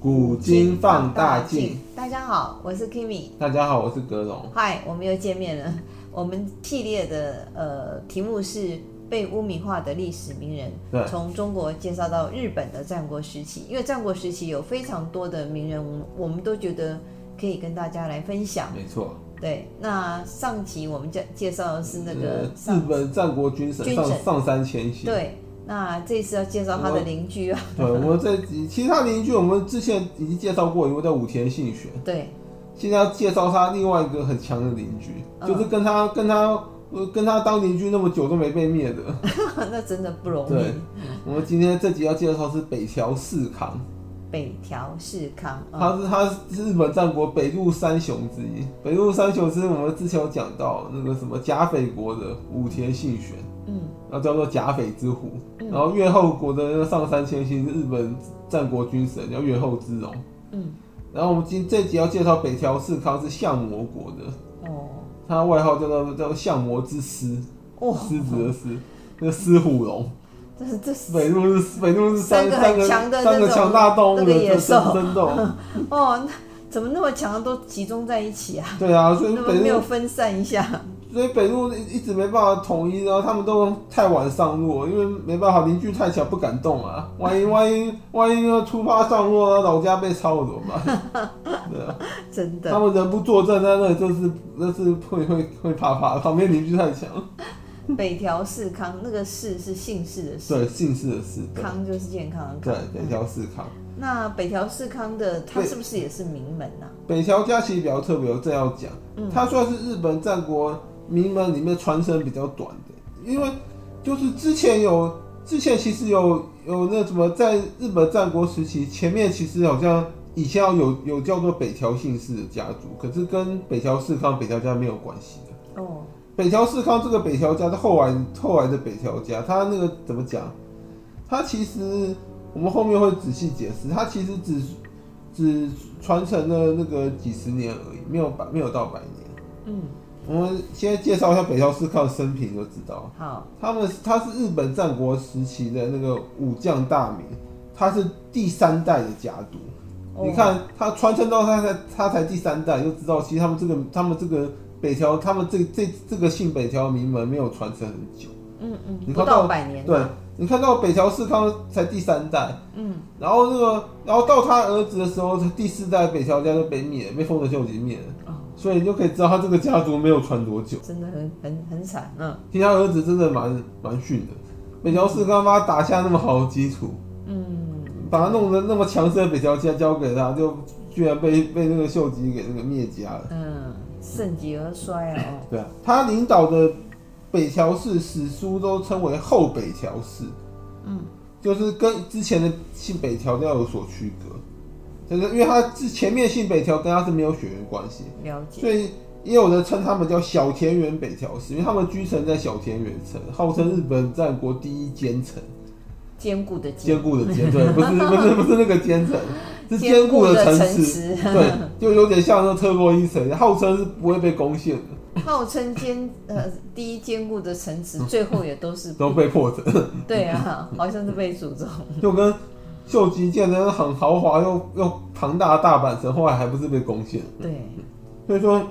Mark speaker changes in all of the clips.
Speaker 1: 古今放大镜。。
Speaker 2: 哦大家好，我是 Kimi，
Speaker 1: 大家好，我是格龙。
Speaker 2: 嗨，我们又见面了。 我们系列的呃题目是被污名化的历史名人，
Speaker 1: 对
Speaker 2: 从中国介绍到日本的战国时期，因为战国时期有非常多的名人，我们我们都觉得可以跟大家来分享。
Speaker 1: 没错，
Speaker 2: 对，那上集我们介介绍的是那
Speaker 1: 呃
Speaker 2: 个
Speaker 1: 日本战国军神
Speaker 2: 军
Speaker 1: 上
Speaker 2: 神
Speaker 1: 上山千禧。
Speaker 2: 对，那这次要介绍他的邻居啊，
Speaker 1: 对，我们这集其实他邻居我们之前已经介绍过，因为叫武田信玄。
Speaker 2: 对，
Speaker 1: 现在要介绍他另外一个很强的邻居，
Speaker 2: 嗯
Speaker 1: 就是跟他跟他呃跟他当邻居那么久都没被灭的。
Speaker 2: 那真的不容易
Speaker 1: 对。
Speaker 2: 嗯
Speaker 1: 我们今天这集要介绍是北条氏康，
Speaker 2: 北条氏康啊，
Speaker 1: 他是他是日本战国北陆三雄之一。北陆三雄是我们之前有讲到那个什么甲斐国的武田信玄，
Speaker 2: 嗯，
Speaker 1: 然后叫做甲斐之虎，然后越后国的那个上杉谦信是日本战国军神，叫越后之龙。
Speaker 2: 嗯，
Speaker 1: 然后我们今这集要介绍北条氏康是相魔国的，
Speaker 2: 哦，
Speaker 1: 他的外号叫做叫做相魔之狮，
Speaker 2: 哇，
Speaker 1: 狮子的狮，那个狮虎龙。
Speaker 2: 这是这是
Speaker 1: 北陆是北陆是三
Speaker 2: 三个
Speaker 1: 三
Speaker 2: 很
Speaker 1: 个
Speaker 2: 强的那种
Speaker 1: 三个强大动物的
Speaker 2: 那个野兽
Speaker 1: 争争 斗。
Speaker 2: 哦，那怎么那么强都集中在一起啊？
Speaker 1: 对啊，所以
Speaker 2: 那么
Speaker 1: 北
Speaker 2: 没有
Speaker 1: 陆
Speaker 2: 分散一下？
Speaker 1: 所以北陆一直没办法统一，然后他们都太晚上路，因为没办法邻居太强不敢动啊，万一 万一万一要突发上路，然后老家被抄了怎么办？对啊，
Speaker 2: 真
Speaker 1: 他
Speaker 2: 的，
Speaker 1: 们人不坐镇在那里，就是就是会会会怕怕，旁边邻居太强，
Speaker 2: 北条氏康那个氏是姓氏的氏，
Speaker 1: 对姓氏的氏，对
Speaker 2: 康就是健康的
Speaker 1: 对
Speaker 2: 康。
Speaker 1: 北条氏康。
Speaker 2: 那北条氏康的他
Speaker 1: 对
Speaker 2: 是不是也是名门啊呐？
Speaker 1: 北条家其实比较特别，我正要讲，他算是日本战国名门里面传承比较短的，因为就是之前有之前其实有有那什么，在日本战国时期前面其实好像以前有有叫做北条姓氏的家族，可是跟北条氏康、北条家没有关系的。
Speaker 2: 哦，
Speaker 1: 北条氏康这个北条家是后来后来的北条家，他那个怎么讲？他其实我们后面会仔细解释，他其实只只传承了那个几十年而已，没有百没有到百年。
Speaker 2: 嗯，
Speaker 1: 我们先介绍一下北条氏康的生平就知道，
Speaker 2: 好，
Speaker 1: 他们他是日本战国时期的那个武将大名，他是第三代的家族。
Speaker 2: 哦
Speaker 1: 你看他传承到他才他才第三代，就知道其实他们这个他们这个北条他们这这这个姓北条的名门没有传承很久。
Speaker 2: 嗯嗯，
Speaker 1: 你
Speaker 2: 不
Speaker 1: 看
Speaker 2: 到百年，
Speaker 1: 对，你看到北条氏康才第三代，
Speaker 2: 嗯，
Speaker 1: 然后那个然后到他儿子的时候，他第四代北条家就被灭了，被丰臣秀吉灭了，
Speaker 2: 哦，
Speaker 1: 所以你就可以知道他这个家族没有传多久。
Speaker 2: 真的很很很惨，嗯
Speaker 1: 其实他儿子真的蛮蛮逊的，北条氏康帮他打下那么好的基础，
Speaker 2: 嗯，
Speaker 1: 把他弄得那么强盛的北条家交给他，就居然被被那个秀吉给那个灭家了。
Speaker 2: 嗯，盛极而衰啊，哦，
Speaker 1: 对啊，他领导的北条氏史书都称为后北条氏，
Speaker 2: 嗯，
Speaker 1: 就是跟之前的姓北条要有所区隔，就是因为他之前面姓北条跟他是没有血缘关系，
Speaker 2: 了解，
Speaker 1: 所以也有人称他们叫小田园北条氏，因为他们居城在小田园城，号称日本战国第一奸城，
Speaker 2: 坚固的坚
Speaker 1: 坚，固的坚，对，不是 不是不是那个坚城，是 坚固的城
Speaker 2: 坚固的城
Speaker 1: 池，
Speaker 2: 池，
Speaker 1: 对，就有点像那特洛伊城，号称是不会被攻陷的。
Speaker 2: 号称坚呃第一坚固的城池，最后也都是
Speaker 1: 嗯都被迫者，
Speaker 2: 对啊，好像是被诅咒。
Speaker 1: 就跟秀吉建的很豪华又又庞大的大阪城，后来还不是被攻陷？
Speaker 2: 对，
Speaker 1: 所以说，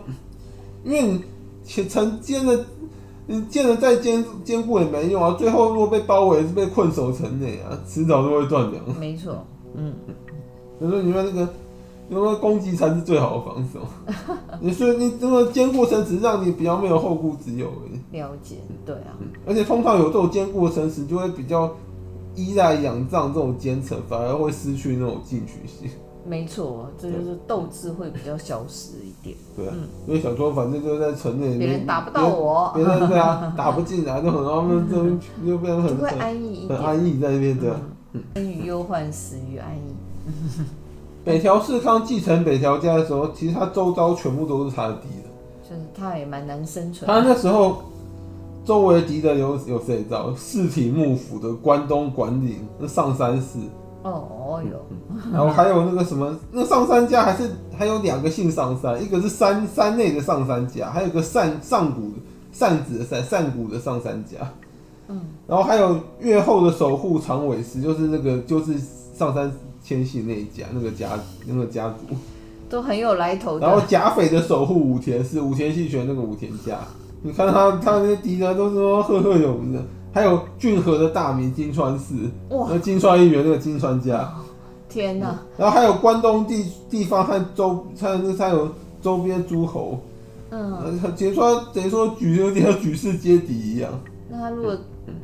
Speaker 1: 因为你前呃城建的，你建的再坚坚固也没用啊，最后如果被包围是被困守城内啊，迟早都会断粮。
Speaker 2: 没错，嗯，
Speaker 1: 所以说你们那个。因为攻击才是最好的防守， 你所以你这个坚固城池让你比较没有后顾之忧而已。
Speaker 2: 了解，对啊，
Speaker 1: 而且通常有这种坚固的城池，就会比较依赖仰仗这种奸臣，反而会失去那种进取性。
Speaker 2: 没错，这就是斗志会比较消失一点，
Speaker 1: 对啊，因为想说反正就在城内，
Speaker 2: 嗯别人打不到，我，
Speaker 1: 别人对啊打不进来，就很他们就就变得
Speaker 2: 就
Speaker 1: 很
Speaker 2: 会
Speaker 1: 很
Speaker 2: 安逸一
Speaker 1: 很
Speaker 2: 嗯点。
Speaker 1: 安逸在那边对啊。
Speaker 2: 生于忧患，死于安逸。
Speaker 1: 北条氏康继承北条家的时候，其实他周遭全部都是他的敌人。
Speaker 2: 就是他也蛮难生存
Speaker 1: 他
Speaker 2: 的，
Speaker 1: 那时候周围的敌人有有谁知道？四体幕府的关东管理那上山氏，
Speaker 2: 哦哦哟，
Speaker 1: 然后还有那个什么，那上山家还是还有两个姓上山，一个是山山内的上山家，还有个善上谷善子的善善谷的上山家。
Speaker 2: 嗯，
Speaker 1: 然后还有越后的守护长尾司，就是那个就是上山千禧那一家那个家那个家族，
Speaker 2: 都很有来头
Speaker 1: 然后
Speaker 2: 的。
Speaker 1: 甲斐的守护武田是武田信玄那个武田家，你看他他那些敌人都是说赫赫有名的，还有俊河的大名金川氏，
Speaker 2: 哇，
Speaker 1: 那金川一元那个金川家，
Speaker 2: 天哪！
Speaker 1: 然后还有关东地地方和周，还有那还有周边诸侯，
Speaker 2: 嗯，
Speaker 1: 呃等于说等于说举有点像举世皆敌一啊 样。
Speaker 2: 那他如果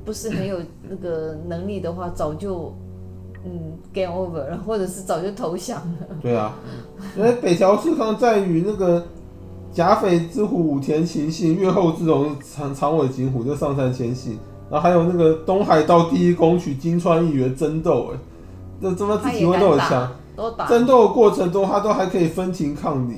Speaker 2: 不是很有那个能力的话，早就嗯 game over 了，或者是早就投降了。
Speaker 1: 对啊，因为北条氏康在与那个甲斐之虎武田行信、越后之龙长长尾景虎就上杉谦信，然后还有那个东海道第一宫取金川议员争斗，哎，这他妈
Speaker 2: 他
Speaker 1: 自
Speaker 2: 也
Speaker 1: 己会
Speaker 2: 敢
Speaker 1: 都很
Speaker 2: 打
Speaker 1: 强。
Speaker 2: 都打
Speaker 1: 争斗的过程中，他都还可以分庭抗礼，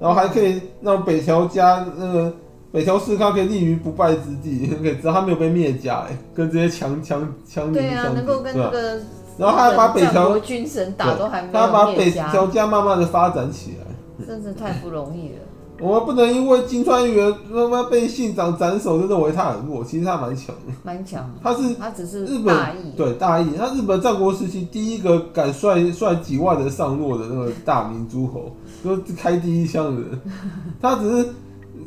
Speaker 1: 然后还可以让北条家那个北条氏康可以立于不败之地， 可以知道他没有被灭家哎，跟这些强强强敌
Speaker 2: 对啊，
Speaker 1: 相比
Speaker 2: 能够跟
Speaker 1: 对
Speaker 2: 那
Speaker 1: 啊
Speaker 2: 个
Speaker 1: 然后他还把北
Speaker 2: 战
Speaker 1: 条
Speaker 2: 国军神打
Speaker 1: 对
Speaker 2: 都还没
Speaker 1: 他还把
Speaker 2: 有
Speaker 1: 北
Speaker 2: 灭家，
Speaker 1: 条家慢慢的发展起来。
Speaker 2: 真是太不容易了。
Speaker 1: 我们不能因为金川元他妈被信长斩首就认为他很弱，其实他蛮强的，
Speaker 2: 蛮强的，
Speaker 1: 他是
Speaker 2: 他只是
Speaker 1: 日
Speaker 2: 大
Speaker 1: 本
Speaker 2: 意。啊
Speaker 1: 对大义，他日本战国时期第一个敢率率几万人上洛的那个大明诸侯，就是开第一枪的人。他只是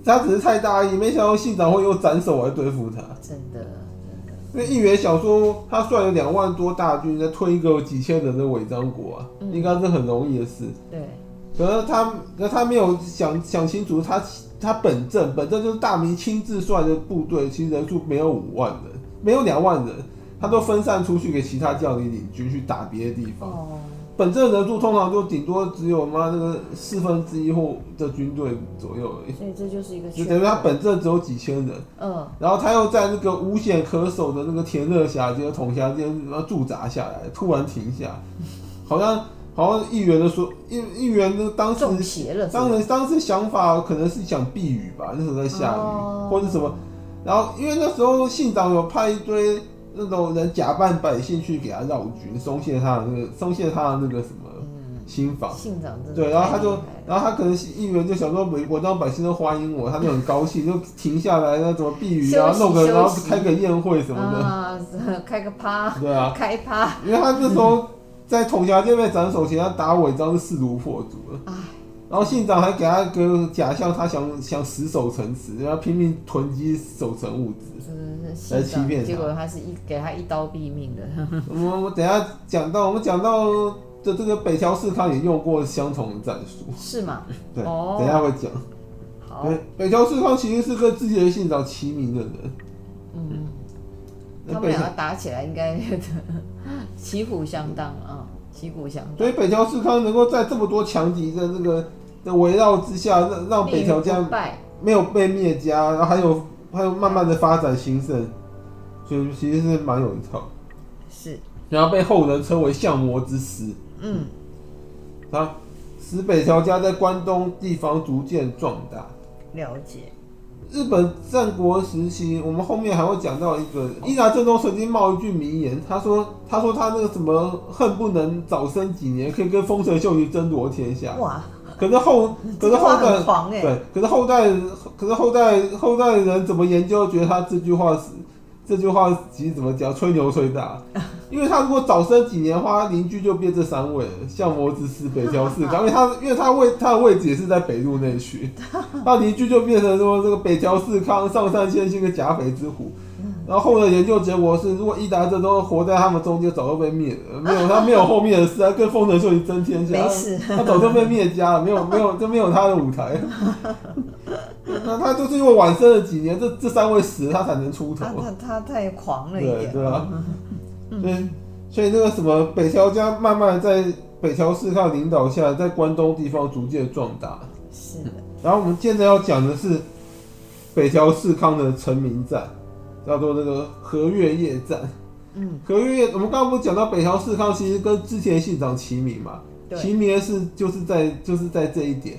Speaker 1: 他只是太大意，没想到信长会用斩首来对付他。
Speaker 2: 真的，
Speaker 1: 因为一元小说他率了两万多大军，再推一个几千人的尾张国啊，
Speaker 2: 嗯
Speaker 1: 应该是很容易的事。
Speaker 2: 对，
Speaker 1: 可是他，可是他没有想想清楚他，他本阵本阵就是大明亲自率的部队，其实人数没有五万人，没有两万人，他都分散出去给其他将领领军去打别的地方。
Speaker 2: 哦，
Speaker 1: 本阵人数通常就顶多只有妈那个四分之一或的军队左右而已，
Speaker 2: 所以这就是一个缺
Speaker 1: 就
Speaker 2: 口。
Speaker 1: 等于他本阵只有几千人。
Speaker 2: 嗯，
Speaker 1: 然后他又在那个无险可守的那个田乐峡街、统辖街然后驻扎下来，突然停下，好像好像议员的说，议议员的当时
Speaker 2: 中邪了，
Speaker 1: 当时当时想法可能是想避雨吧，那时候在下雨、
Speaker 2: 哦
Speaker 1: 或者什么，然后因为那时候信长有派一堆那种人假扮百姓去给他绕军，松懈他的那个松懈他的那个什么
Speaker 2: 嗯，
Speaker 1: 心防。
Speaker 2: 信长真的
Speaker 1: 对，然后
Speaker 2: 太
Speaker 1: 他就
Speaker 2: 厉害，了
Speaker 1: 然后他可能议员就想说，美国当百姓都欢迎我，他就很高兴，就停下来，那怎么避雨啊，
Speaker 2: 休息
Speaker 1: 弄个，然后
Speaker 2: 休息
Speaker 1: 开个宴会什么的，
Speaker 2: 啊，开个趴，
Speaker 1: 对啊，
Speaker 2: 开趴，
Speaker 1: 因为他那时候在统辖这边斩首前，他打伪章是势如破竹了
Speaker 2: 唉。
Speaker 1: 然后信长还给他一个假象，他想想死守城池，然后拼命囤积守城物 资。
Speaker 2: 真的是
Speaker 1: 来
Speaker 2: 信
Speaker 1: 欺骗
Speaker 2: 长，
Speaker 1: 他
Speaker 2: 结果他是一给他一刀毙命的，
Speaker 1: 我们我等一下讲到，我们讲到的这个北条氏康也用过相同的战术，
Speaker 2: 是吗？
Speaker 1: 对，
Speaker 2: 哦
Speaker 1: 等一下会讲。
Speaker 2: 好，
Speaker 1: 对，北条氏康其实是跟之前的信长齐名的人。
Speaker 2: 嗯，
Speaker 1: 那
Speaker 2: 他们
Speaker 1: 北
Speaker 2: 两个打起来应该 旗鼓相当啊，旗鼓相当，
Speaker 1: 所以北条氏康能够在这么多强敌的那个的围绕之下，让让北条
Speaker 2: 立于
Speaker 1: 家
Speaker 2: 不败，
Speaker 1: 没有被灭家，然后还有还有慢慢的发展兴盛，所以其实是蛮有一套。
Speaker 2: 是，
Speaker 1: 然后被后人称为相魔之师，
Speaker 2: 嗯，
Speaker 1: 他使北条家在关东地方逐渐壮大。
Speaker 2: 了解，
Speaker 1: 日本战国时期，我们后面还会讲到一个伊达正宗曾经冒一句名言，他说：“他说他那个什么恨不能早生几年，可以跟丰臣秀吉争夺天下。
Speaker 2: 哇，”
Speaker 1: 可是后，可
Speaker 2: 这
Speaker 1: 是
Speaker 2: 句
Speaker 1: 后
Speaker 2: 话
Speaker 1: 代
Speaker 2: 很狂哎，
Speaker 1: 对，可是后代，可是后代后代人怎么研究，觉得他这句话是这句话其实怎么讲，吹牛吹大，因为他如果早生几年的话，他邻居就变这三位了，相魔之师、北条氏康，因为他因为他位他的位置也是在北路那区，他邻居就变成说这个北条氏康、上杉谦信跟甲斐之虎。然后后来研究结果是，如果伊达这都活在他们中间，早就被灭了。没有他没有后面的事，他跟丰臣秀吉争天下。啊
Speaker 2: 没事，
Speaker 1: 他早就被灭家了，没有没有就没有他的舞台。那他就是因为晚生了几年，这这三位死了，他才能出头
Speaker 2: 他。他他太狂了一
Speaker 1: 对
Speaker 2: 点，嗯
Speaker 1: 对啊，所以所以那个什么北条家慢慢在北条氏康领导下，在关东地方逐渐壮大。
Speaker 2: 是的，
Speaker 1: 然后我们接着要讲的是北条氏康的成名战，叫做这个和月夜战。
Speaker 2: 嗯，
Speaker 1: 和月夜，我们刚刚不是讲到北条氏康其实跟织田信长齐名嘛？
Speaker 2: 对，哦
Speaker 1: 其名的是就是在就是在这一点，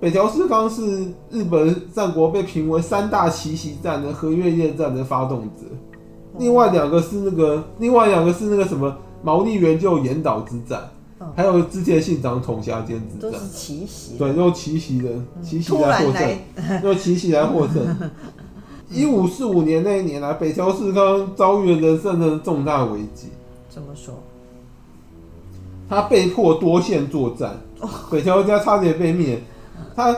Speaker 1: 北条氏康是日本战国被评为三大奇袭战的和月夜战的发动者，
Speaker 2: 哦
Speaker 1: 另外两个是那个另外两个是那个什么毛利元就岩岛之战
Speaker 2: 嗯，
Speaker 1: 还有织田信长统辖间之
Speaker 2: 都
Speaker 1: 战
Speaker 2: 是。奇袭，
Speaker 1: 对，用奇袭的
Speaker 2: 嗯
Speaker 1: 奇袭
Speaker 2: 突
Speaker 1: 来获
Speaker 2: 然
Speaker 1: 胜，
Speaker 2: 来，
Speaker 1: 用奇袭来获胜。 一五四五年那一年啊，北条氏康遭遇了人生的重大危机。
Speaker 2: 怎么说？
Speaker 1: 他被迫多线作战，北条家差点被灭。他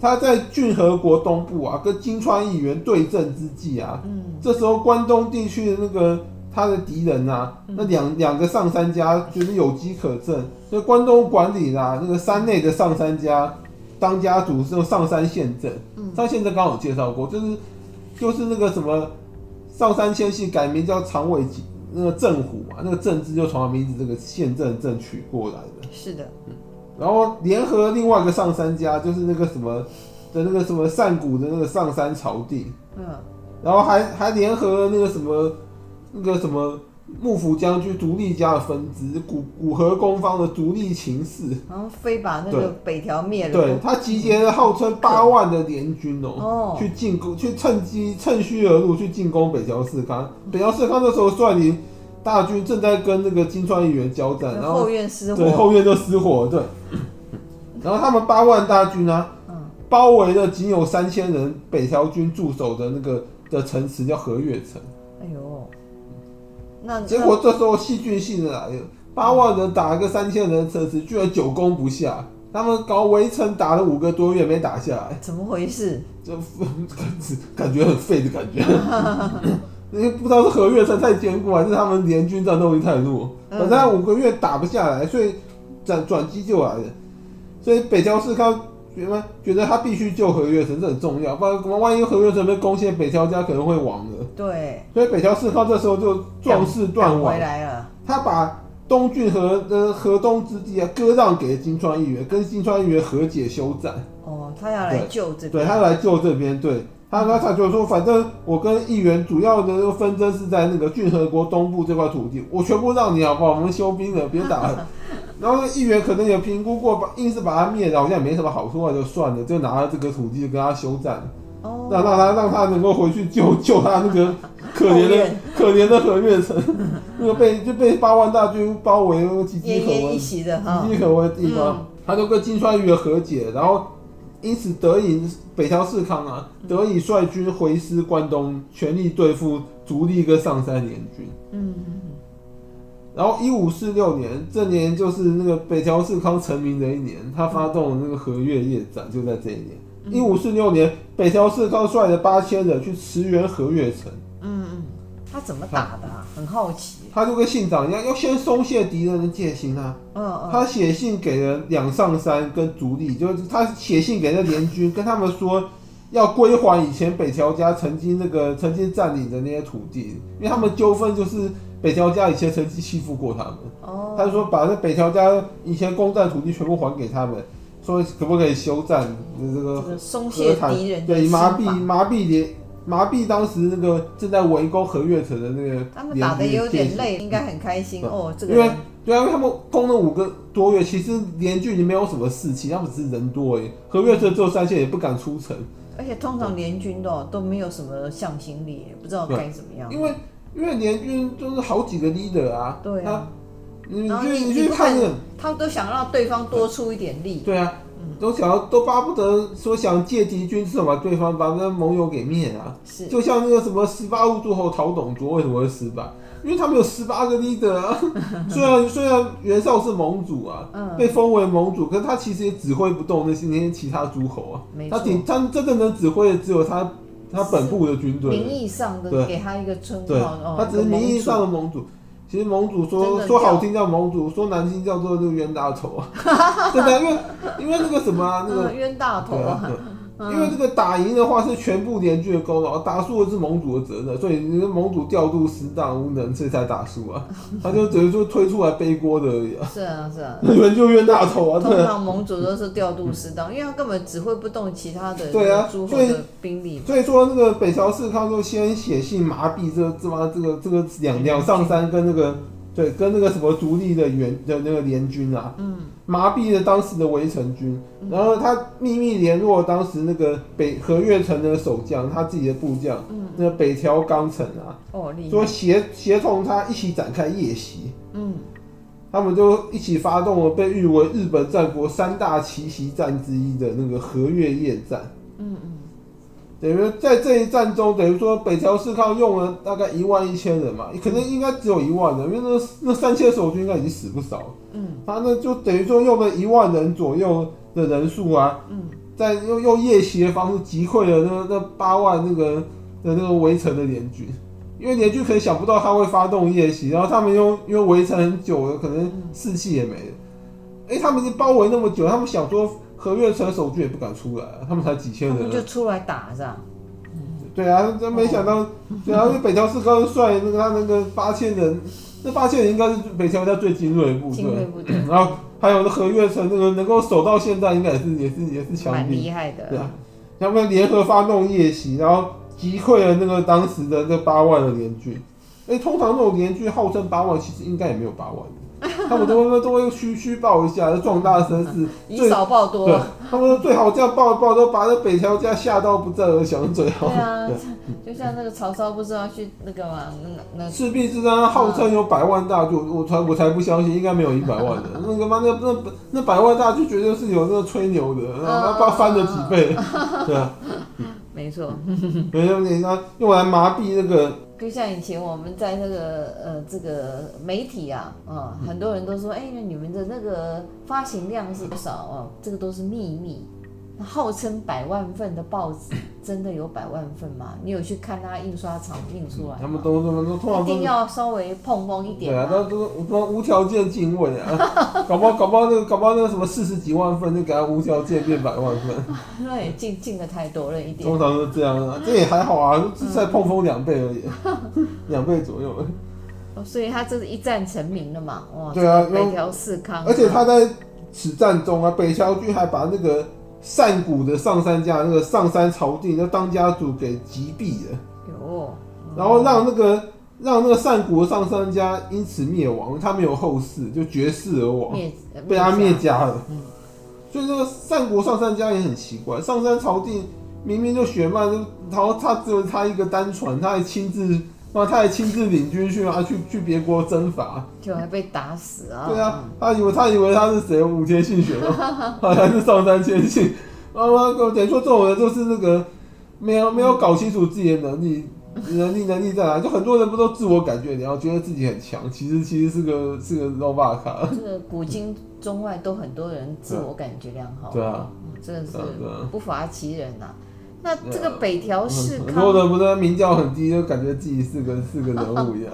Speaker 1: 他在郡和国东部啊，跟金川议员对阵之际啊，
Speaker 2: 嗯，
Speaker 1: 这时候关东地区的那个他的敌人啊，那两两个上山家觉得有机可乘，所以关东管理啦、那个山内的上山家当家主是用上山宪政，上山宪政刚好有介绍过，就是就是那个什么上山千信改名叫长尾吉那个政虎嘛，那个政治就从他名字这个宪政政取过来的。
Speaker 2: 是的，
Speaker 1: 然后联合另外一个上山家，就是那个什么的那个什么善谷的那个上山朝定，
Speaker 2: 嗯
Speaker 1: 然后还还联合那个什么那个什么幕府将军独立家的分支古古河公方的独立秦氏，
Speaker 2: 然后非把那个北条灭了，
Speaker 1: 对他集结了号称八万的联军哦
Speaker 2: 哦，
Speaker 1: 去进攻，去趁机趁虚而入去进攻北条氏康。
Speaker 2: 嗯
Speaker 1: 北条氏康那时候率领大军正在跟那个金川议员交战，
Speaker 2: 那
Speaker 1: 然后
Speaker 2: 后院失
Speaker 1: 对，
Speaker 2: 火，
Speaker 1: 后院就失火了，对。然后他们八万大军啊，
Speaker 2: 嗯
Speaker 1: 包围了仅有三千人北条军驻守的那个的城池叫和越城。
Speaker 2: 哎呦，那
Speaker 1: 结果这时候细菌性的来了，八万人打一个三千人的城池，居然久攻不下。他们搞围城打了五个多月没打下来，
Speaker 2: 那怎么回事？
Speaker 1: 就感觉感觉很废的感觉。 因为不知道是和越城太坚固，还是他们联军战斗力太弱。
Speaker 2: 嗯
Speaker 1: 反正他五个月打不下来，所以转转机就来了。所以北条氏康觉得觉得他必须救和越城，这很重要，不然万一和越城被攻陷，北条家可能会亡了。
Speaker 2: 对，
Speaker 1: 所以北条氏康这时候就壮士断
Speaker 2: 赶
Speaker 1: 腕
Speaker 2: 回，来了，
Speaker 1: 他把东郡和呃河东之地啊割让给金川议员，跟金川议员和解休战。
Speaker 2: 哦，他要来
Speaker 1: 对
Speaker 2: 救这
Speaker 1: 对
Speaker 2: 边，
Speaker 1: 他来救这边，对他他他就说，反正我跟议员主要的那个纷争是在那个郡河国东部这块土地，我全部让你好不好？我们休兵了，别打 了。然后那议员可能也评估过，把硬是把他灭了，好像也没什么好处，那就算了，就拿了这个土地跟他休战，
Speaker 2: 哦，
Speaker 1: 让让他让他能够回去救救他那个可怜的
Speaker 2: 后院
Speaker 1: 可怜的和越城，那个被就被八万大军包围，岌
Speaker 2: 奄
Speaker 1: 岌可
Speaker 2: 奄
Speaker 1: 危
Speaker 2: 一。息的哈
Speaker 1: 岌，岌可危的地方，
Speaker 2: 嗯
Speaker 1: 他就跟金川鱼的和解，然后因此得以北条氏康啊，得以率军回师关东，全力对付足利跟上杉联军。
Speaker 2: 嗯，
Speaker 1: 然后一五四六年，这年就是那个北条氏康成名的一年，他发动那个和越夜战，就在这一年。一五四六年，北条氏康率的八千人去驰援和越城，
Speaker 2: 他怎么打的啊？很好奇，
Speaker 1: 他就跟信长一样，要先松懈敌人的戒心啊。
Speaker 2: 嗯嗯，
Speaker 1: 他写信给了两上山跟足利，就是他写信给那联军，跟他们说要归还以前北条家曾经那个曾经占领的那些土地，因为他们纠纷就是北条家以前曾经欺负过他们。
Speaker 2: 哦，
Speaker 1: 他就说把那北条家以前攻占土地全部还给他们，说可不可以休战这
Speaker 2: 这
Speaker 1: 个
Speaker 2: 个松懈
Speaker 1: 和谈
Speaker 2: 敌人的
Speaker 1: 对，
Speaker 2: 心
Speaker 1: 麻痹
Speaker 2: 法
Speaker 1: 麻痹联麻痹当时那个正在围攻和越城的那个
Speaker 2: 他们打的也有
Speaker 1: 联
Speaker 2: 点
Speaker 1: 军
Speaker 2: 累，应该很开心
Speaker 1: 嗯
Speaker 2: 哦。这个
Speaker 1: 因为
Speaker 2: 人
Speaker 1: 对啊，因为他们攻了五个多月，其实联军已经没有什么士气，他们只是人多而已。和越社只有三线也不敢出城，
Speaker 2: 而且通常联军的哦都没有什么向心力，也不知道该怎么样。
Speaker 1: 因为因为联军就是好几个 leader 啊，
Speaker 2: 对啊，
Speaker 1: 那，你
Speaker 2: 然后
Speaker 1: 去
Speaker 2: 你
Speaker 1: 你
Speaker 2: 你
Speaker 1: 去
Speaker 2: 不
Speaker 1: 看那个，
Speaker 2: 他们都想让对方多出一点力。
Speaker 1: 对啊，都想要都巴不得说想借敌军之手把对方把那盟友给灭啊，
Speaker 2: 是，
Speaker 1: 就像那个什么十八路诸侯讨董卓为什么会失败？因为他们有十八个 leader 啊，虽然虽然袁绍是盟主啊，
Speaker 2: 嗯
Speaker 1: 被封为盟主，可是他其实也指挥不动那些那些其他诸侯啊
Speaker 2: 没。错
Speaker 1: 他顶他真正能指挥的只有他他本部的军
Speaker 2: 名
Speaker 1: 队，
Speaker 2: 义上的
Speaker 1: 对
Speaker 2: 给他一个称号，
Speaker 1: 对，
Speaker 2: 哦，
Speaker 1: 他只是名义上
Speaker 2: 一
Speaker 1: 的盟主。其实盟主
Speaker 2: 真
Speaker 1: 说
Speaker 2: 的
Speaker 1: 说
Speaker 2: 叫
Speaker 1: 好听叫盟主，说难听叫做那个冤大 头啊，真的，因为因为那个什么啊，
Speaker 2: 个
Speaker 1: 那
Speaker 2: 盟主
Speaker 1: 个
Speaker 2: 嗯冤大头
Speaker 1: 对啊
Speaker 2: 啊，
Speaker 1: 对因为这个打赢的话是全部联军的功劳，打输的是盟主的责任，所以你的盟主调度失当无能，所以才打输啊。他就等于说推出来背锅的而已啊，
Speaker 2: 是啊是啊。
Speaker 1: 冤就冤大头啊，对
Speaker 2: 通
Speaker 1: 啊。
Speaker 2: 常盟主都是调度适当，因为他根本指挥不动其他的
Speaker 1: 对啊
Speaker 2: 诸侯
Speaker 1: 所以
Speaker 2: 的兵力。
Speaker 1: 所以说，那个北朝士康就先写信麻痹这个这妈这个这个两两上山跟那个对跟那个什么独立的原的那个联军啊，嗯，麻痹了当时的围城军，然后他秘密联络当时那个北和越城的守将，他自己的部将，嗯，那个北条纲城啊，
Speaker 2: 哦，厉害
Speaker 1: 说。协协同他一起展开夜袭，
Speaker 2: 嗯，
Speaker 1: 他们就一起发动了被誉为日本战国三大奇袭战之一的那个和越夜战。嗯嗯，等于在这一战中，等于说北条氏靠用了大概一万一千人嘛，可能应该只有一万人，因为那那三千守军应该已经死不少了。
Speaker 2: 嗯
Speaker 1: 他那就等于说用了一万人左右的人数啊，
Speaker 2: 嗯
Speaker 1: 在用用夜袭的方式击溃了那那八万那个的那个围城的联军，因为联军可能想不到他会发动夜袭，然后他们又因为围城很久了，可能
Speaker 2: 嗯
Speaker 1: 士气也没了。哎、他们已经包围那么久，他们想说和月城守军也不敢出来啊，他们才几
Speaker 2: 他
Speaker 1: 千人
Speaker 2: 们
Speaker 1: 啊
Speaker 2: 就出来打是吧？
Speaker 1: 对啊，真没想
Speaker 2: 哦
Speaker 1: 到，对啊，因为北条氏高率那个他那个八千人，那八千人应该是北条家最精锐的部
Speaker 2: 精
Speaker 1: 队
Speaker 2: 锐。部队
Speaker 1: 然后还有和月城那个能够守到现在，应该也是也是也是强
Speaker 2: 蛮
Speaker 1: 敌，
Speaker 2: 厉害
Speaker 1: 对
Speaker 2: 的
Speaker 1: 啊，他们联合发动夜袭，然后击溃了那个当时的那八万的联军。哎，通常那种联军号称八万，其实应该也没有八万的， 他们都会都会虚虚报一下，壮大声势，
Speaker 2: 以
Speaker 1: 最
Speaker 2: 少报多
Speaker 1: 对。，他们最好这样报一报，都把那北条家吓到不战而降，最好。
Speaker 2: 对啊，就像那个曹操不是要去那个嘛，那那
Speaker 1: 赤壁之战号称有百万大军，
Speaker 2: 嗯
Speaker 1: 我才我才不相信，应该没有一百万的。那个妈，那那那百万大军绝对是有那个吹牛的，
Speaker 2: 嗯
Speaker 1: 然后把它翻了几倍，对啊，
Speaker 2: 没错，
Speaker 1: 没有你那用来麻痹那个，
Speaker 2: 就像以前我们在那个呃这个媒体啊，啊、很多人都说，哎、你们的那个发行量是多少哦？这个都是秘密。那号称百万份的报纸，真的有百万份吗？你有去看它印刷厂印出来吗？
Speaker 1: 他们都他们都通常
Speaker 2: 一
Speaker 1: 都
Speaker 2: 定要稍微碰风一点
Speaker 1: 对啊，
Speaker 2: 嘛。
Speaker 1: 都都都无条件敬畏 啊，搞不好搞不好那个搞不好那个什么四十几万份就给他无条件变百万份，
Speaker 2: 那也进进的太多了一点
Speaker 1: 通。常都这样啊，这也还好
Speaker 2: 嗯
Speaker 1: 啊，就再碰风两倍而已，两倍左右而已。
Speaker 2: 哦所以他这是一战成名了嘛？哇，
Speaker 1: 对啊
Speaker 2: 哦这个北条四康，啊
Speaker 1: 而且他在此战中啊，北条军还把那个善谷的上山家那个上山朝定的当家主给击毙了，
Speaker 2: 有，哦
Speaker 1: 然后让那个让那个善谷的上山家因此灭亡，他没有后世，就绝世而亡，
Speaker 2: 灭
Speaker 1: 被他灭
Speaker 2: 家
Speaker 1: 家了。所以那个善国上山家也很奇怪，上山朝定明明就血脉，然后他只有他一个单传，他还亲自，然后他还亲自领军去啊去去别国征伐，
Speaker 2: 就还被打死啊！
Speaker 1: 对啊，他以为他以为他是谁五千信 选吗？好像是上山千信。然后他等于说这种人就是那个没有没有搞清楚自己的能力，能力能力在哪？就很多人不都自我感觉良好，然后觉得自己很强，其实其实是个是个 robot 卡。
Speaker 2: 这个古今中外都很多人自我感觉良好，
Speaker 1: 对啊
Speaker 2: 嗯，真的是
Speaker 1: 对啊对啊
Speaker 2: 不乏其人呐、那这个北条氏
Speaker 1: 很
Speaker 2: 哦康
Speaker 1: 多，人不是民调很低，就感觉自己是个是个人 物一样。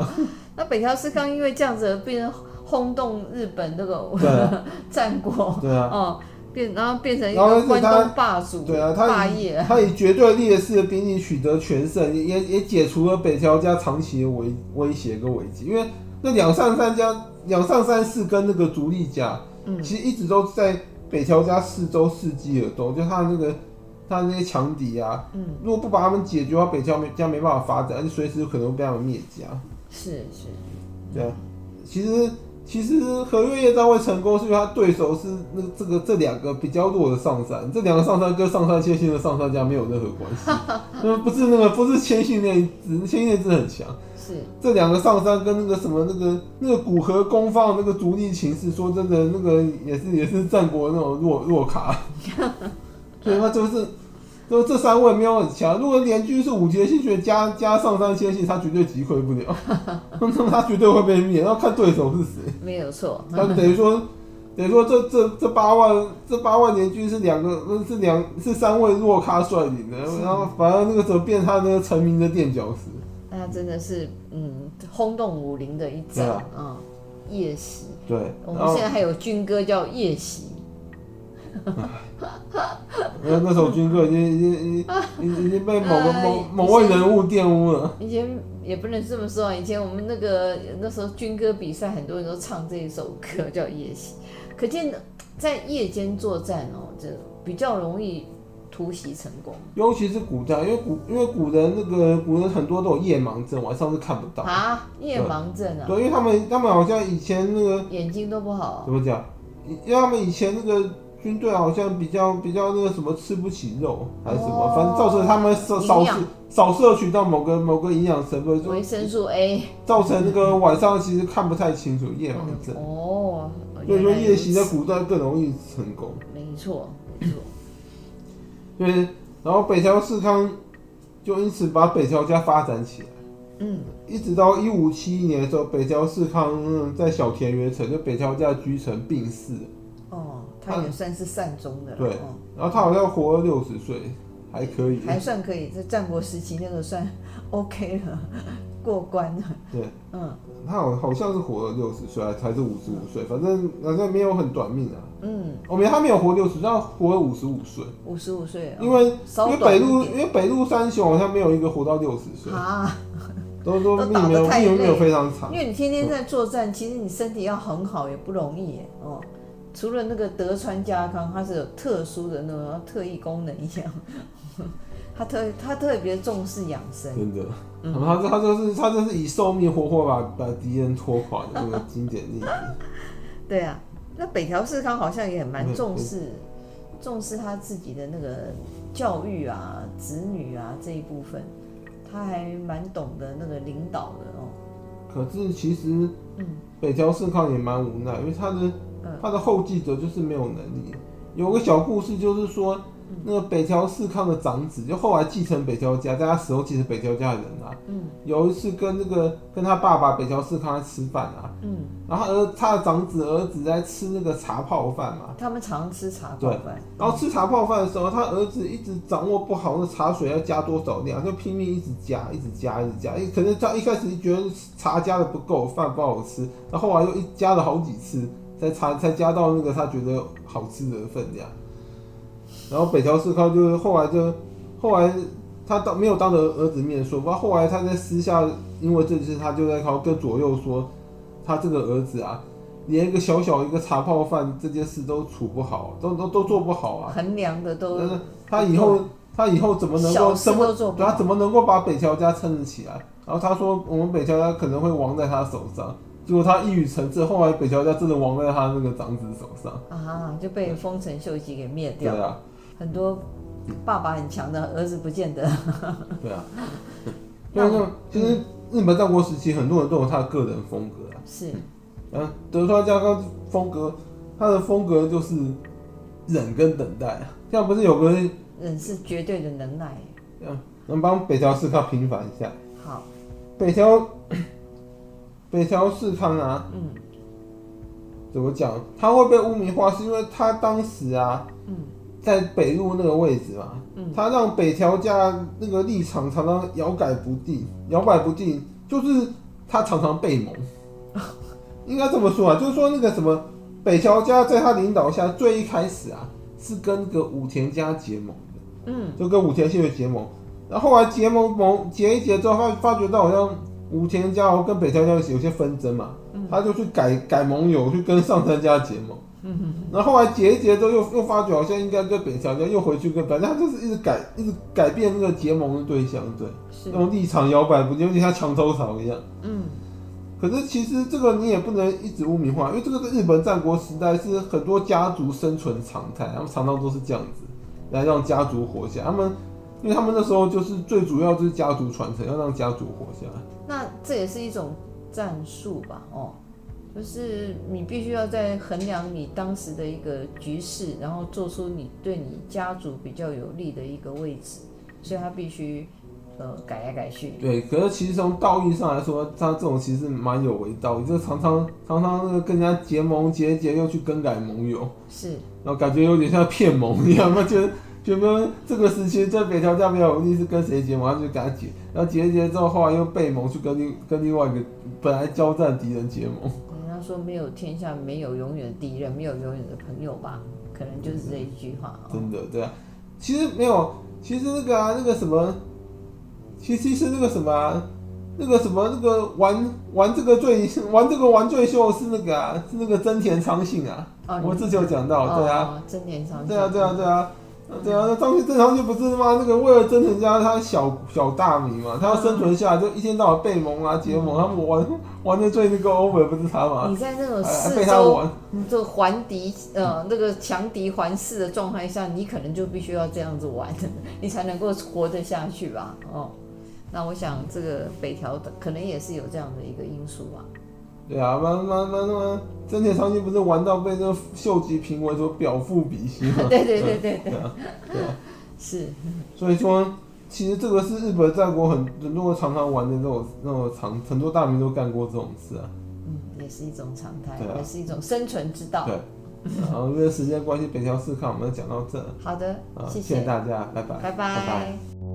Speaker 2: 那北条氏康因为这样子而变成轰动日本这个
Speaker 1: 对啊
Speaker 2: 战国，
Speaker 1: 对啊，
Speaker 2: 哦，变然后变成一
Speaker 1: 然后而
Speaker 2: 个
Speaker 1: 且
Speaker 2: 关
Speaker 1: 他
Speaker 2: 东霸主，
Speaker 1: 对啊他
Speaker 2: 霸业，
Speaker 1: 他以绝对劣势的兵力取得全胜，也也也解除了北条家长期的威威胁跟危机，因为那两上三家两上三世跟那个足利家，
Speaker 2: 嗯
Speaker 1: 其实一直都在北条家四周伺机而动，就他那个他那些强敌啊，
Speaker 2: 嗯，
Speaker 1: 如果不把他们解决的话，北条没家没办法发展，而且随时可能会被他们灭家。
Speaker 2: 是是，
Speaker 1: 对啊，其实其实和月夜战会成功，是因为他对手是那这个这两个比较弱的上山，这两个上山跟上山千信的上山家没有任何关系，那不是那个不是千信那一只，千信那一只很强，
Speaker 2: 是
Speaker 1: 这两个上山跟那个什么那个那个古河公放那个足利琴氏，说真的，那个也是也是战国那种弱弱卡， 所以他就是。就这三位没有很强，如果联军是五节信学加加上山千信，他绝对击溃不了，那他绝对会被灭。要看对手是谁，
Speaker 2: 没有错，
Speaker 1: 他等于说，等于说这这这八万这八万联军是两个那是两是三位弱咖率领的，然后反而那个时候变他那个成名的垫脚石。
Speaker 2: 那真的是嗯轰动武林的一
Speaker 1: 对
Speaker 2: 战
Speaker 1: 啊
Speaker 2: 啊、嗯夜袭，
Speaker 1: 对，
Speaker 2: 我
Speaker 1: 然
Speaker 2: 们
Speaker 1: 后。
Speaker 2: 现在还有军歌叫夜袭，
Speaker 1: 那那首军歌已经已经已经已经被某个
Speaker 2: 哎
Speaker 1: 某某位人物玷污了。
Speaker 2: 以前也不能这么说啊，以前我们那个那时候军歌比赛，很多人都唱这一首歌叫《夜袭》，可见在夜间作战哦，这比较容易突袭成功
Speaker 1: 尤其是古代，因为古因为古人那个古人很多都有夜盲症，晚上是看不到。
Speaker 2: 啊，夜盲症啊，
Speaker 1: 对，因为他们他们好像以前那个
Speaker 2: 眼睛都不好啊
Speaker 1: 怎么讲，因因为他们以前那个军队好像比较比较那个什么吃不起肉还是什么，
Speaker 2: 哦
Speaker 1: 反正造成他们少少
Speaker 2: 营
Speaker 1: 摄
Speaker 2: 养
Speaker 1: 少摄取到某个某个营养成分，就
Speaker 2: 维生素 A
Speaker 1: 造成那个晚上其实看不太清楚夜盲症。
Speaker 2: 哦，
Speaker 1: 所以说
Speaker 2: 原来如
Speaker 1: 夜
Speaker 2: 此
Speaker 1: 袭在古代更容易成功。
Speaker 2: 没错没错，
Speaker 1: 对，然后北条氏康就因此把北条家发展起来。
Speaker 2: 嗯
Speaker 1: 一直到一五七一年的时候，北条氏康嗯在小田园城，就北条家的居城病逝了。
Speaker 2: 哦，他也算是善终的了，
Speaker 1: 啊对
Speaker 2: 哦、
Speaker 1: 然后他好像活了六十岁，还可以。
Speaker 2: 还算可以，在战国时期那个算 OK 了，过关了。
Speaker 1: 对，
Speaker 2: 嗯
Speaker 1: 他好好像是活了六十岁，还还是五十五岁，反正反正没有很短命啊。
Speaker 2: 嗯，
Speaker 1: 我没他没有活六十，他活了五十五岁，
Speaker 2: 五十五岁，哦
Speaker 1: 因为
Speaker 2: 啊稍
Speaker 1: 因为
Speaker 2: 短
Speaker 1: 北
Speaker 2: 一
Speaker 1: 路
Speaker 2: 点
Speaker 1: 因为北路三雄好像没有一个活到六十岁，
Speaker 2: 啊，
Speaker 1: 都都
Speaker 2: 都打
Speaker 1: 命没
Speaker 2: 得
Speaker 1: 有
Speaker 2: 太累
Speaker 1: 命没有非常长
Speaker 2: 因。为你天天在作战，其实你身体要很好也不容易耶哦。除了那个德川家康，他是有特殊的那种特异功能一样， 他特他特别重视养生。
Speaker 1: 真的，
Speaker 2: 嗯
Speaker 1: 然后他这他就是他就是以寿命活活把把敌人拖垮的那个经典例子。
Speaker 2: 对啊，那北条氏康好像也蛮
Speaker 1: 嗯
Speaker 2: 重视、重视他自己的那个教育啊、子女啊这一部分，他还蛮懂得那个领导的哦。
Speaker 1: 可是其实
Speaker 2: 嗯
Speaker 1: 北条氏康也蛮无奈，因为他的
Speaker 2: 嗯
Speaker 1: 他的后继者就是没有能力。有个小故事就是说，
Speaker 2: 嗯
Speaker 1: 那个北条氏康的长子，就后来继承北条家，在他死后继承北条家的人啊，
Speaker 2: 嗯
Speaker 1: 有一次跟那个跟他爸爸北条氏康在吃饭啊，
Speaker 2: 嗯，
Speaker 1: 然后他儿他的长子儿子在吃那个茶泡饭嘛，
Speaker 2: 他们常吃茶泡饭，
Speaker 1: 然后吃茶泡饭的时候，他儿子一直掌握不好那茶水要加多少量，就拼命一直加，一直加，一直加。一可能他一开始觉得茶加的不够，饭不好吃，然后后来又一加了好几次，才茶才加到那个他觉得好吃的分量。然后北条氏康就是后来就后来他当没有当着儿子面说，不过后来他在私下因为这件事，他就在靠跟左右说，他这个儿子啊，连一个小小一个茶泡饭这件事都处不好，都都都做不好啊。
Speaker 2: 衡量的都
Speaker 1: 但是他以后他以后怎么能
Speaker 2: 小
Speaker 1: 够
Speaker 2: 事
Speaker 1: 怎么
Speaker 2: 都做不
Speaker 1: 对
Speaker 2: 好
Speaker 1: 他怎么能够把北条家撑得起来？然后他说我们北条家可能会亡在他手上，结果他一语成谶，后来北条家真的亡在他那个长子手 上。
Speaker 2: 啊就被丰臣秀吉给灭
Speaker 1: 对
Speaker 2: 掉。
Speaker 1: 啊，
Speaker 2: 很多爸爸很强的儿子不见得。
Speaker 1: 对啊，所以呢，其实日本战国时期很多人都有他的个人风格啊。
Speaker 2: 是，
Speaker 1: 嗯，德川家康风格，他的风格就是忍跟等待啊。像不是有个人
Speaker 2: 忍嗯是绝对的能耐。
Speaker 1: 能帮北条氏康平反一下？
Speaker 2: 好，
Speaker 1: 北条 北条氏康啊，
Speaker 2: 嗯
Speaker 1: 怎么讲？他会被污名化，是因为他当时啊，
Speaker 2: 嗯
Speaker 1: 在北路那个位置嘛，
Speaker 2: 嗯
Speaker 1: 他让北条家那个立场常常摇摆不定，摇摆不定，就是他常常被 蒙。应该这么说啊，就是说那个什么北条家在他领导下，最一开始啊是跟个武田家结盟的，
Speaker 2: 嗯
Speaker 1: 就跟武田信玄结盟，然后后来结盟盟结一结之后，发发觉到好像武田家跟北条家有些纷争嘛，
Speaker 2: 嗯
Speaker 1: 他就去改改盟友，去跟上杉家结盟。
Speaker 2: 嗯，
Speaker 1: 然后后来结一结之后又，又发觉好像应该跟北条家又回去跟，反正他就是一直改，一直改变那个结盟的对象，对，
Speaker 2: 是
Speaker 1: 那，种立场摇摆不定，有点像墙头草一样。
Speaker 2: 嗯
Speaker 1: 可是其实这个你也不能一直污名化，因为这个在日本战国时代是很多家族生存常态，他们常常都是这样子来让家族活下来。他们因为他们那时候就是最主要就是家族传承，要让家族活下来。
Speaker 2: 那这也是一种战术吧？哦，就是你必须要在衡量你当时的一个局势，然后做出你对你家族比较有利的一个位置，所以他必须呃改来改去。
Speaker 1: 对，可是其实从道义上来说，他这种其实蛮有为道义，就常常常常那个跟人家结盟结一结，又去更改盟友，
Speaker 2: 是，
Speaker 1: 然后感觉有点像骗盟一样，那觉得。觉得这个时期在北条家比较有利是跟谁结盟，他就跟他结，然后结一结之后，后来又被盟去跟另跟另外一个本来交战敌人结盟。
Speaker 2: 人家说没有天下没有永远的敌人，没有永远的朋友吧？可能就是这一句话。哦、
Speaker 1: 真的，对啊，其实没有，其实那个啊，那个什么，其实是那个什么、啊，那个什么，那个玩玩这个最玩这个玩最秀是那个啊，是那个真田昌幸啊，
Speaker 2: 哦，
Speaker 1: 我
Speaker 2: 你
Speaker 1: 之前有讲到，对啊，
Speaker 2: 哦，真年长。
Speaker 1: 对啊，对啊，对啊。对啊，那张学正常就不是吗？那个为了争人家他小小大名嘛，他要生存下来，就一天到晚被蒙啊、结
Speaker 2: 嗯
Speaker 1: 盟，他们玩玩的最那个 over 不是他哎吗？
Speaker 2: 你在那种
Speaker 1: 还还
Speaker 2: 四
Speaker 1: 呃被他
Speaker 2: 周
Speaker 1: 玩，
Speaker 2: 你就嗯环敌呃那个强敌环视的状态下，你可能就必须要这样子玩， 你才能够活得下去吧？哦，那我想这个北条的可能也是有这样的一个因素吧。
Speaker 1: 对啊，慢慢慢慢，真田长信不是玩到被那个秀吉评 为说表父比心嘛？
Speaker 2: 啊对对对对
Speaker 1: 对
Speaker 2: 对，
Speaker 1: 啊，对啊，
Speaker 2: 是，
Speaker 1: 所以说其实这个是日本战国很很多人常常玩的那种那种常，很多大名都干过这种事啊。
Speaker 2: 嗯，也是一种常态，
Speaker 1: 对啊
Speaker 2: 也是一种生存之道。
Speaker 1: 对，然后因为时间关系，北条四看我们就讲到这，
Speaker 2: 好的
Speaker 1: 啊，，
Speaker 2: 谢
Speaker 1: 谢
Speaker 2: 谢，
Speaker 1: 大家，拜拜，拜
Speaker 2: 拜
Speaker 1: 拜
Speaker 2: 拜